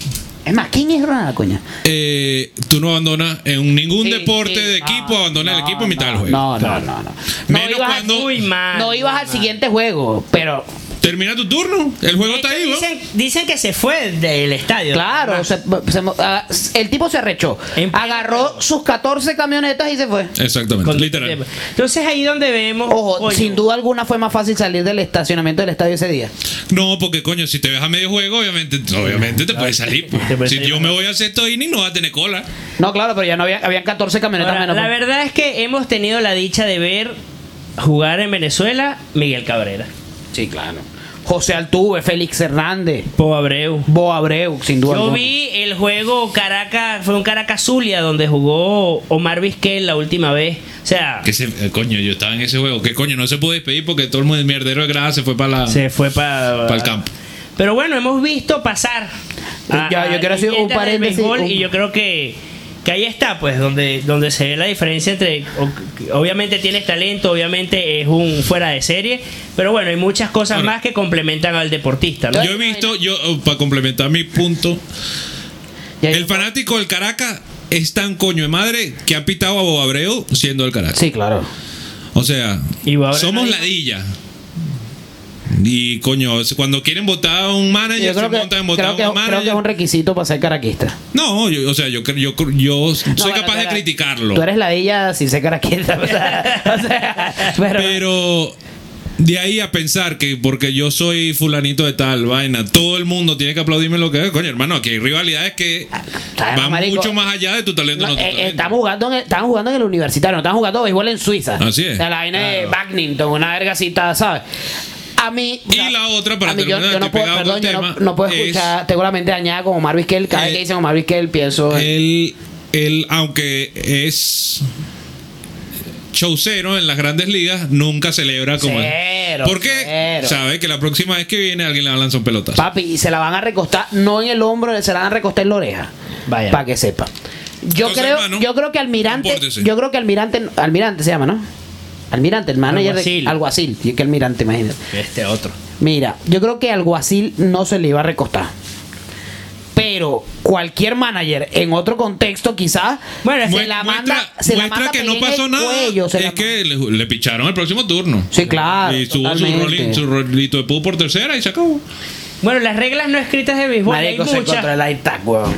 Es más, ¿quién es Ronald Acuña?
Eh, tú no abandonas en ningún
Sí,
deporte
sí,
de
no,
equipo, abandonas el
no,
equipo en mitad del juego.
No, no, no, no. No
Menos
ibas al-
cuando-
Muy mal.
No ibas
muy
al
mal.
siguiente juego, pero
Termina tu turno, el juego
De
está
hecho,
ahí, ¿no?
dicen, dicen que se fue del estadio.
claro,
Además,
se- se- ah, el tipo se arrechó.
En pleno
Agarró
juego.
sus 14 camionetas y se fue.
Exactamente,
con-
literal.
Entonces ahí donde vemos.
Ojo,
coño,
sin duda alguna fue más fácil salir del estacionamiento del estadio ese día.
No, porque coño, si te ves a medio juego, obviamente, obviamente te puedes salir. pues.
Te puedes
Si
salir,
yo
¿no?
me voy a sexto inning, no va a tener cola.
No, claro, pero ya no había, habían 14 camionetas
ahora,
menos.
la
pues.
verdad es que hemos tenido la dicha de ver jugar en Venezuela Miguel Cabrera,
Sí, claro. José Altuve, Félix Hernández,
Po Abreu.
Bo Abreu, sin duda.
Yo
alguna.
vi el juego Caracas, fue un Caracas Zulia donde jugó Omar Vizquel la última vez. O sea,
Que se, eh, coño, yo estaba en ese juego. Que coño, no se pudo despedir porque todo el mundo el mierdero de grada se fue para la.
se fue para
Pa'l campo.
Pero bueno, hemos visto pasar.
Ya, yo quiero hacer un
leyendas del
paréntesis,
béisbol
un-
Y yo creo que, que ahí está, pues, donde, donde se ve la diferencia entre. o- obviamente tienes talento, obviamente es un fuera de serie. Pero bueno, hay muchas cosas
Ahora-
más que complementan al deportista, ¿no?
Yo he visto, yo, oh, para complementar mi punto,
Ya-
el fanático del Caracas es tan coño de madre que ha pitado a Boabreu siendo el Caracas.
Sí, claro.
O sea,
Y Boabreu
somos
no dijo-
ladilla. Y coño, cuando quieren votar a un
Yo
manager, se
creo que,
montan en votar a
creo, que,
un
creo que
manager.
es un requisito para ser caraquista.
No, yo- o sea, yo, cre- yo, cr- yo soy
No, bueno,
capaz
tú
de
eras-
criticarlo.
Tú eres la ella sin ser caraquista. O sea, o sea, pero,
Pero de ahí a pensar que porque yo soy fulanito de tal vaina, todo el mundo tiene que aplaudirme lo que es. Coño, hermano, aquí hay rivalidades que
Claro,
van
Ah, marico.
mucho más allá de tu talento.
no,
no tu
eh, eh,
talento.
estamos, jugando en el, estamos jugando en el universitario, no estamos jugando béisbol en Suiza.
Así es.
O sea, la vaina
Ah.
de badminton, una vergacita, ¿sabes? A mí. o
Y
sea,
la otra, para
a mí yo,
terminar,
yo
estoy
no puedo,
pegado con
perdón,
el
yo no,
tema,
no puedo
es-
escuchar. Tengo la mente dañada con Omar Vizquel. Cada vez
Eh,
que dicen Omar Vizquel, pienso. en-
Él, él, aunque es showcero en las grandes ligas, nunca celebra como él.
Cero,
Porque
cero.
sabe que la próxima vez que viene alguien le va a lanzar un pelotazo.
Papi, y se la van a recostar, no en el hombro, se la van a recostar en la oreja.
Vaya.
Para que sepa. Yo
Entonces,
creo,
hermano,
yo creo que Almirante,
compórtese.
yo creo que Almirante, Almirante se llama, ¿no? Almirante, el manager
Alguacil.
de Alguacil, y que Almirante, imagínate.
Este otro.
Mira, yo creo que Alguacil no se le iba a recostar. Pero cualquier manager en otro contexto quizás
Bueno,
Mue-
se la
muestra
manda, se la
muestra
manda
que no
pedir en el
pasó nada.
cuello, se la
es
manda.
que le, le picharon el próximo turno.
Sí, claro.
y tuvo su,
Ah, totalmente.
rolling- su rolito de pudo por tercera y se acabó.
Bueno, las reglas no escritas de béisbol hay
Marico, se
muchas.
encontró el AirTag, weón.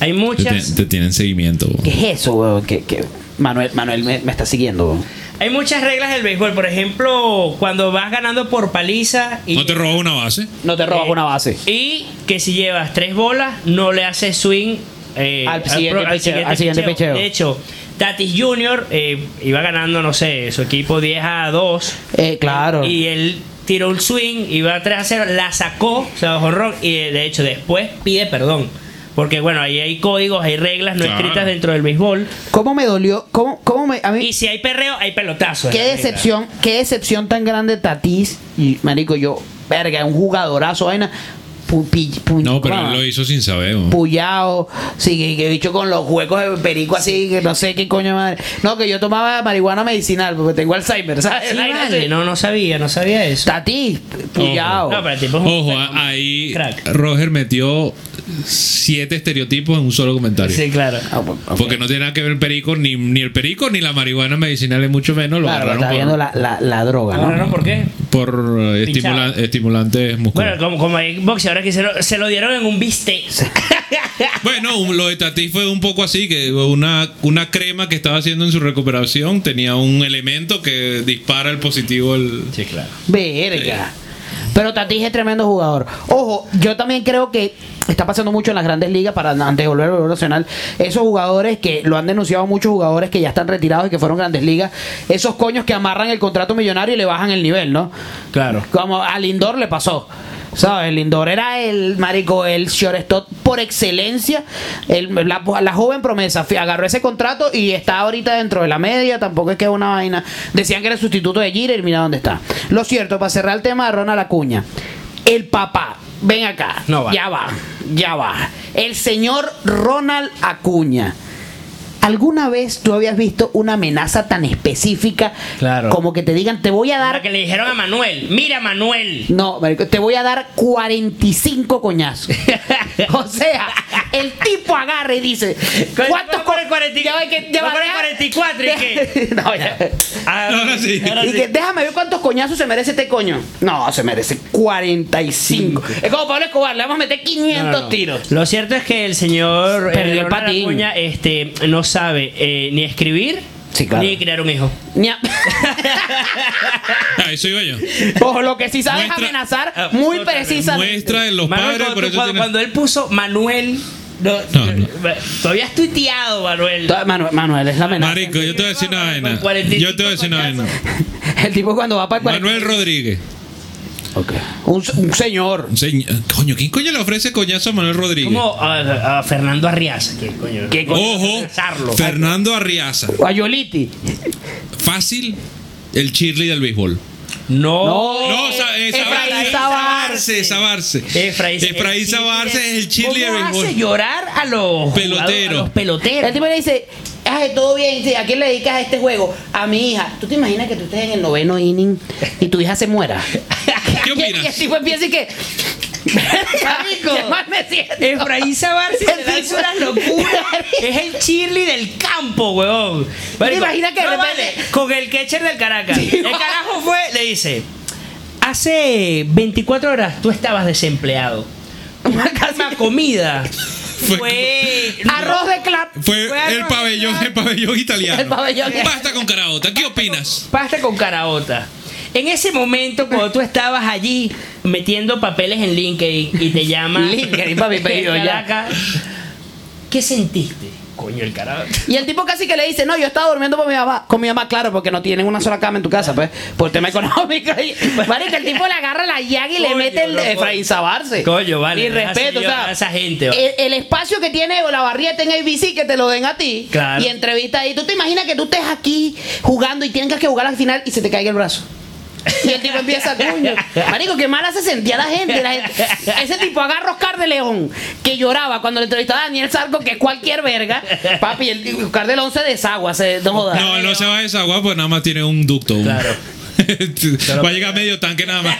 Hay muchas.
tienen seguimiento.
¿Qué es eso, weón? ¿Qué- qué? Manuel, Manuel me, me está siguiendo, weón.
Hay muchas reglas del béisbol. Por ejemplo, cuando vas ganando por paliza y
No te robó una base.
No te robas
Eh,
una base.
Y que si llevas tres bolas, no le haces swing eh,
Al siguiente
pro-
picheo, al siguiente picheo.
De hecho, Tatis Jr. eh, iba ganando, no sé, su equipo 10 a 2.
Eh, claro.
Y él tiró un swing, iba 3 a 0, la sacó, se bajó honrón y eh, de hecho después pide perdón. Porque bueno, ahí hay códigos, hay reglas no
Claro.
escritas dentro del béisbol.
¿Cómo me dolió? ¿Cómo, cómo me.? A mí.
Y si hay perreo, hay pelotazos.
qué
en la regla.
decepción, qué decepción tan grande Tatís. Y, marico, yo, verga, un jugadorazo, vaina. Pu, pi- pu-
No, pero
ah,
él lo hizo sin saber. weón.
Pullao, sí, que, que bicho con los huecos de perico así, que no sé qué coño madre. No, que yo tomaba marihuana medicinal, porque tengo Alzheimer, ¿sabes?
Sí,
La vaina
vale,
así.
Ah, no, no sabía, no sabía eso.
Tatís, Pullao.
No, pero el tipo es un-
Ojo, a- ahí
Crack.
Roger metió siete estereotipos en un solo comentario.
Sí, claro.
Ah, pues, ok.
Porque no tiene nada que ver el perico, ni, ni el perico, ni la marihuana medicinal, y mucho menos. Lo
Claro, está viendo
agarraron
la, la, la droga,
Ah, No, no,
¿no?
no, ¿por qué?
por, por, eh, estimula-
Pinchado.
estimulantes
Bueno,
musculares.
como, como hay boxeadores que se lo, se lo dieron en un viste.
Bueno, un- lo de Tati fue un poco así, que una, una crema que estaba haciendo en su recuperación tenía un elemento que dispara el positivo. El...
Sí, claro.
Verga. Pero Tatis es tremendo jugador. Ojo, yo también creo que está pasando mucho en las grandes ligas para antes de volver al Béisbol Nacional. Esos jugadores que lo han denunciado muchos jugadores que ya están retirados y que fueron grandes ligas, esos coños que amarran el contrato millonario y le bajan el nivel, ¿no?
Claro.
Como a Lindor le pasó. ¿Sabes? Lindor era el marico, el shortstop por excelencia. El- la, la joven promesa Fí- agarró ese contrato y está ahorita dentro de la media. Tampoco es que es una vaina. Decían que era el sustituto de Jeter y mira dónde está. Lo cierto, para cerrar el tema de Ronald Acuña, el papá, ven acá.
No va.
Ya va, ya va. El señor Ronald Acuña. ¿Alguna vez tú habías visto una amenaza tan específica
Claro.
como que te digan, te voy a dar
Para que le dijeron a Manuel, mira Manuel.
no, marico, te voy a dar 45 coñazos.
Ah,
o sea, el tipo agarra y dice,
Coño,
¿cuántos
voy por el
co-
45,
ya va, que- ya
voy
va,
por el
deja-
44 y
deja- No, ya.
Ah,
Ahora sí.
ahora
Y
sí.
que déjame ver cuántos coñazos se merece este coño. No, se merece 45. Es como Pablo Escobar, le vamos a meter 500
No, no.
tiros.
Lo cierto es que el señor
Perdió el
Leonardo
patín.
Acuña, este, no sabe eh, ni escribir
Sí, claro.
ni crear un hijo.
Ña.
Ah, eso iba yo.
Ojo, lo que sí sabes
Muestra-
ah,
amenazar muy
otra vez,
precisamente.
Muestra de los
Manuel,
padres,
cuando,
por
tú-
eso
cuando-
tiene-
cuando él puso Manuel. No, eh,
No, no.
Todavía has tuiteado, Manuel.
Toda- Manuel, Manuel, es la amenaza.
Marico, yo te voy a decir una vaina.
Con 45
Yo te voy a decir una vaina.
El tipo cuando va para el
Manuel Rodríguez.
Un, un señor.
Un señor- Coño, ¿quién coño le ofrece coñazo a Manuel Rodríguez?
Como a, a Fernando Arriaza, que coño.
Que coño-
Ojo,
Lanzarlo.
Fernando Arriaza.
Ayoliti.
Fácil, el Shirley del béisbol.
No.
No, sa- eh,
Efraín Sabarce.
Sabarce, Sabarce, Sabarce.
Efraín-
Efraín
el
Sabarce es el Shirley del
¿Cómo hace
béisbol.
llorar a los,
Pelotero.
jugadores, a los
El
peloteros?
tipo le dice, ay, todo bien, sí, ¿a quién le dedicas a este juego? A mi hija. ¿Tú te imaginas que tú estés en el noveno inning y tu hija se muera?
¿Qué
Y el-
opinas?
y el tipo empieza y que...
Marico.
¿Qué mal me siento?
Efraín Sabarce
El
le da
tipo-
unas locuras. Es el chirli del campo, weón. Marico,
imaginas que de repente-
con el catcher del Caracas.
Sí,
el
vale.
carajo fue, le dice, hace 24 horas tú estabas desempleado. Una comida
Fue-
fue...
Arroz de clap.
Fue
Fue
el
algo-
pabellón, el pabellón italiano.
El pabellón.
Basta con caraota. ¿Qué opinas?
Pasta con caraota. En ese momento, cuando tú estabas allí metiendo papeles en LinkedIn y te llama.
LinkedIn, papi,
el
pero ya.
Caracas, ¿Qué sentiste? Coño, el caraota.
Y el tipo casi que le dice, no, yo estaba durmiendo con mi mamá, con mi mamá, claro, porque no tienen una sola cama en tu casa, pues, por tema económico. Y, marico, el tipo le agarra la llaga y le
Coño,
mete el
no puedo.
Efraín Sabarce.
Coño, vale,
Y
deja
respeto, o
así
sea,
a esa gente, va.
el, el espacio que tiene la barrieta en ABC que te lo den a ti.
Claro.
Y entrevista ahí. ¿Tú te imaginas que tú estés aquí jugando y tengas que jugar al final y se te caiga el brazo? Y el tipo empieza, coño. Marico, qué mala se sentía la gente. la gente- Ese tipo agarra a Oscar de León, que lloraba cuando le entrevistaba a Daniel Sarco, que es cualquier verga. Papi, el tipo- Oscar de León se desagua, se no joda.
No, no se va a desaguar, pues nada más tiene un ducto. un-
Claro.
va a llegar medio tanque nada más.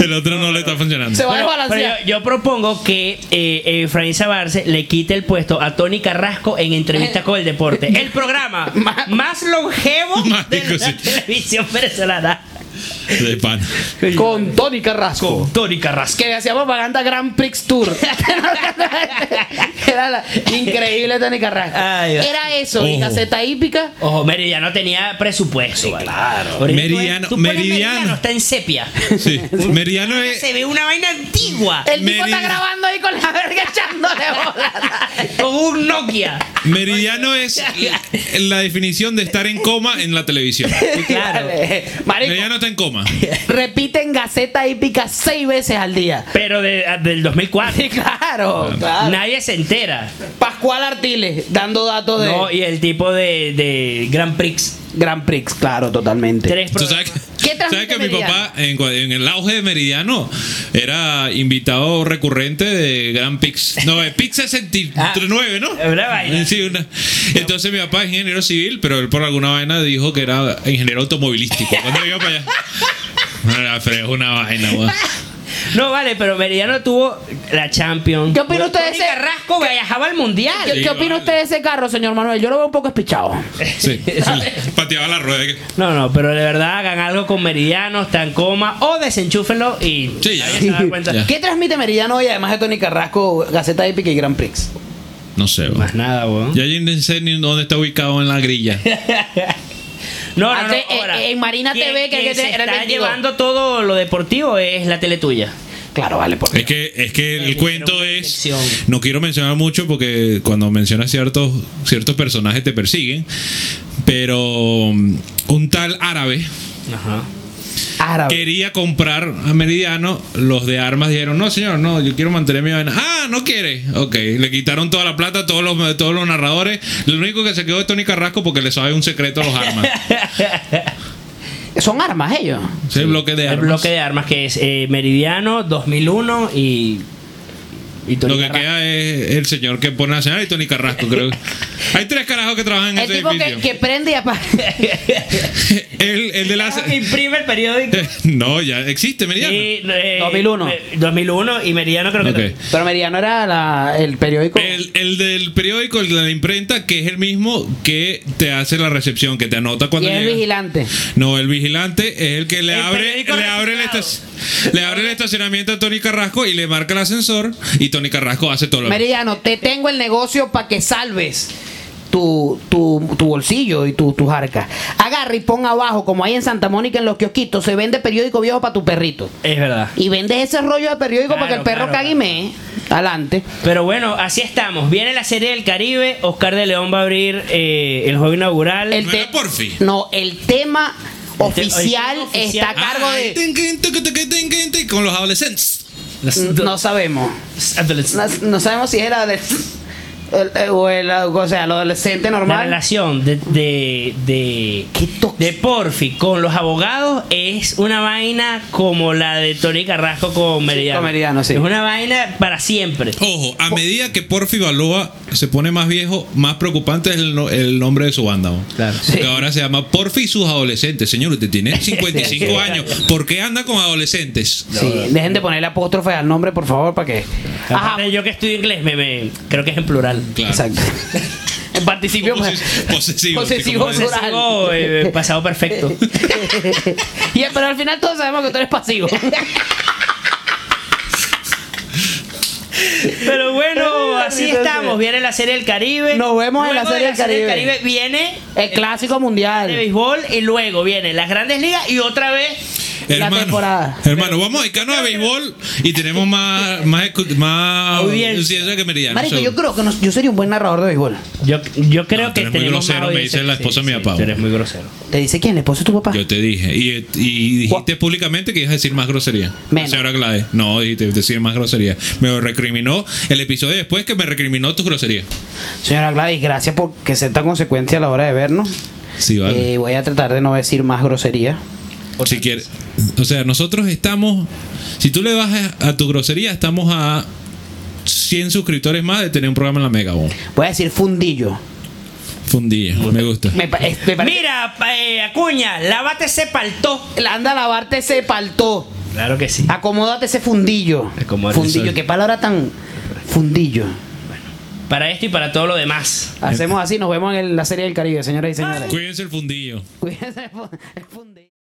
el otro no le está funcionando.
Se va a
Bueno,
desbalancear.
pero yo, yo propongo que eh, Efraín Sabarce le quite el puesto a Tony Carrasco en entrevista con el deporte. El programa
Ma-
más longevo de
Marico,
la
sí.
televisión venezolana.
De pan.
Con Tony Carrasco.
Tony Carrasco.
que le hacía propaganda Grand Prix Tour. Era la increíble Tony Carrasco.
Ay, va.
Era eso, y
Ojo.
caseta hípica.
Ojo, Meridiano tenía presupuesto. vale.
claro.
Por ejemplo,
Meridiano-
tú pones
Meridiano.
está en sepia.
Sí. Meridiano es.
Se ve una vaina antigua
El tipo está
Meri-
grabando ahí con la verga echándole bola.
con un Nokia.
Meridiano es la- la definición de estar en coma en la televisión.
Claro.
Dale. Marico,
Meridiano está en coma.
repiten Gaceta Hípica seis veces al día.
Pero de- del 2004.
Sí, claro. claro.
Nadie se entera.
Pascual Artiles dando datos de
No, y el tipo de, de Grand Prix.
Grand Prix, claro, totalmente.
Tres
¿Tú
programas.
sabes que,
¿Qué transmite
sabes que mi
Meridiano?
papá, en, cua- en el auge de Meridiano, era invitado recurrente de Gran Pix? No, de Pix 69, ¿no?
Ah, una vaina.
Sí, una- Entonces mi papá es ingeniero civil, pero él por alguna vaina dijo que era ingeniero automovilístico. Cuando iba para allá. No, la fre- es una vaina, weón.
No, vale, pero Meridiano tuvo la Champions.
¿Qué opina usted de
Tony
ese-
Carrasco viajaba al Mundial.
¿Qué,
Sí,
qué opina
vale. Eh.
usted de ese carro, señor Manuel? Yo lo veo un poco espichado.
Sí. Pateaba la rueda. que-
No, no, pero de verdad hagan algo con Meridiano, está en coma o desenchúfenlo y
Sí, ya.
nadie se va a dar cuenta.
Ya.
¿Qué transmite Meridiano hoy, además de Tony Carrasco, Gaceta Hípica y Grand Prix?
No sé, weón.
Más nada, weón.
Ya yo no sé ni dónde está ubicado en la grilla.
No, no,
Antes,
no, ahora,
eh, eh, en Marina
quien-
TV, que
quien
que te-
se
era el
está
22.
llevando todo lo deportivo es la tele tuya.
Claro, vale, pues. por
Es
Dios.
que, es que el
Pero
cuento
una
es.
infección.
No quiero mencionar mucho porque cuando mencionas ciertos, ciertos personajes te persiguen. Pero um, un tal árabe
Ajá.
Árabe.
quería comprar a Meridiano. Los de armas dijeron: No, señor, no, yo quiero mantener mi vaina. Ah, no quiere. Ok, le quitaron toda la plata, todos los, todos los narradores. Lo único que se quedó es Tony Carrasco porque le sabe un secreto a los armas.
Son armas ellos.
Es el bloque de
El
armas.
bloque de armas que es eh, Meridiano 2001 y. y Tony
Lo que
Carrasco.
queda es el señor que pone a cenar y Tony Carrasco, creo. Hay tres carajos que trabajan en
El
ese
tipo que,
edificio.
que prende y apaga.
El, el de la...
Imprime el periódico.
No, ya existe, Meridiano.
Y, eh,
2001.
eh, 2001 y Meridiano creo que.
Ok.
Pero Meridiano era la- el periódico.
El, el del periódico, el de la imprenta, que es el mismo que te hace la recepción, que te anota
y
cuando
es el
llegas.
vigilante.
No, el vigilante es el que le
El
abre,
periódico
le abre, el
reciclado.
estaci- le abre el estacionamiento a Tony Carrasco y le marca el ascensor y Tony Carrasco hace todo lo
Meridiano, te tengo el negocio para que salves tu, tu, tu bolsillo y tu, tus arcas. Agarra y pon abajo, como hay en Santa Mónica en los kiosquitos, se vende periódico viejo para tu perrito.
Es verdad.
Y vendes ese rollo de periódico para que el perro
Claro, claro,
cague y
claro.
mee. Adelante.
Pero bueno, así estamos. Viene la serie del Caribe. Oscar de León va a abrir eh, el juego inaugural.
El
No
te-
era Porfi.
No, el tema
te- el
oficial
tema
está a
oficial.
cargo
Ay,
de.
tin, tin, tucu, tucu, tin, tin, tin, Con los adolescentes.
Las-
No sabemos.
adolesc-
No, no sabemos si era de. el- el- o, el- o sea, lo adolescente
La
normal.
relación de de, de,
Qué tóxico.
de Porfi con los abogados es una vaina como la de Tony Carrasco con Meridiano.
con Meridiano, sí.
Es una vaina para siempre.
Ojo, a medida que Porfi Baloa se pone más viejo, más preocupante es el, no- el nombre de su banda. ¿no?
Claro.
Porque ahora se llama Porfi y sus adolescentes. Señor, usted tiene 55 años. ¿Por qué anda con adolescentes?
Sí, dejen de ponerle apóstrofe al nombre, por favor, para que. Ajá,
Aparte, yo que estudio inglés, me, me- creo que es en plural.
Claro.
exacto. En participio. pues,
Posi- posesivo,
Posesivo
sí, como
plural.
Pasado, eh, pasado perfecto.
Y, eh, pero al final todos sabemos que tú eres pasivo.
Pero bueno, así
Entonces,
estamos. Viene la serie del Caribe.
Nos vemos en la
Luego de
Serie del Caribe.
Viene
El clásico
de
mundial.
béisbol y luego viene las grandes ligas y otra vez
La temporada.
hermano, vamos a dedicarnos a béisbol y tenemos más, más, escu- más
Audiencia.
audiencia que Meridiano.
Marico,
seguro.
yo creo que no- yo sería un buen narrador de béisbol.
Yo, yo creo
No, tú
que
eres muy
tenemos
grosero,
más
me
audiencia.
dice la esposa de mi papá.
tú eres muy grosero.
¿Te dice quién? ¿Le esposo de tu papá?
Yo te dije. Y, y dijiste públicamente que ibas a decir más grosería.
Menos.
Señora Glade. No, dijiste decir más grosería. Me recriminó el episodio después que me recriminó tus groserías.
Señora Gladys, gracias por que sea tan consecuencia a la hora de vernos.
Sí, vale.
Eh, voy a tratar de no decir más grosería.
si quieres. O sea, nosotros estamos. Si tú le bajas a tu grosería, estamos a 100 suscriptores más de tener un programa en la Mega. Boom.
Voy a decir fundillo.
Fundilla. Me gusta.
Me, pa- es- me parece-
Mira, pa- eh, Acuña, lávate ese paltó.
Anda a lavarte ese paltó.
Claro que sí.
Acomódate ese fundillo.
Acomódate.
fundillo, qué palabra tan fundillo.
Para esto y para todo lo demás.
Hacemos así, nos vemos en el- la serie del Caribe, señoras y señores.
Cuídense el fundillo.
é Cuídense el fun- el fundillo.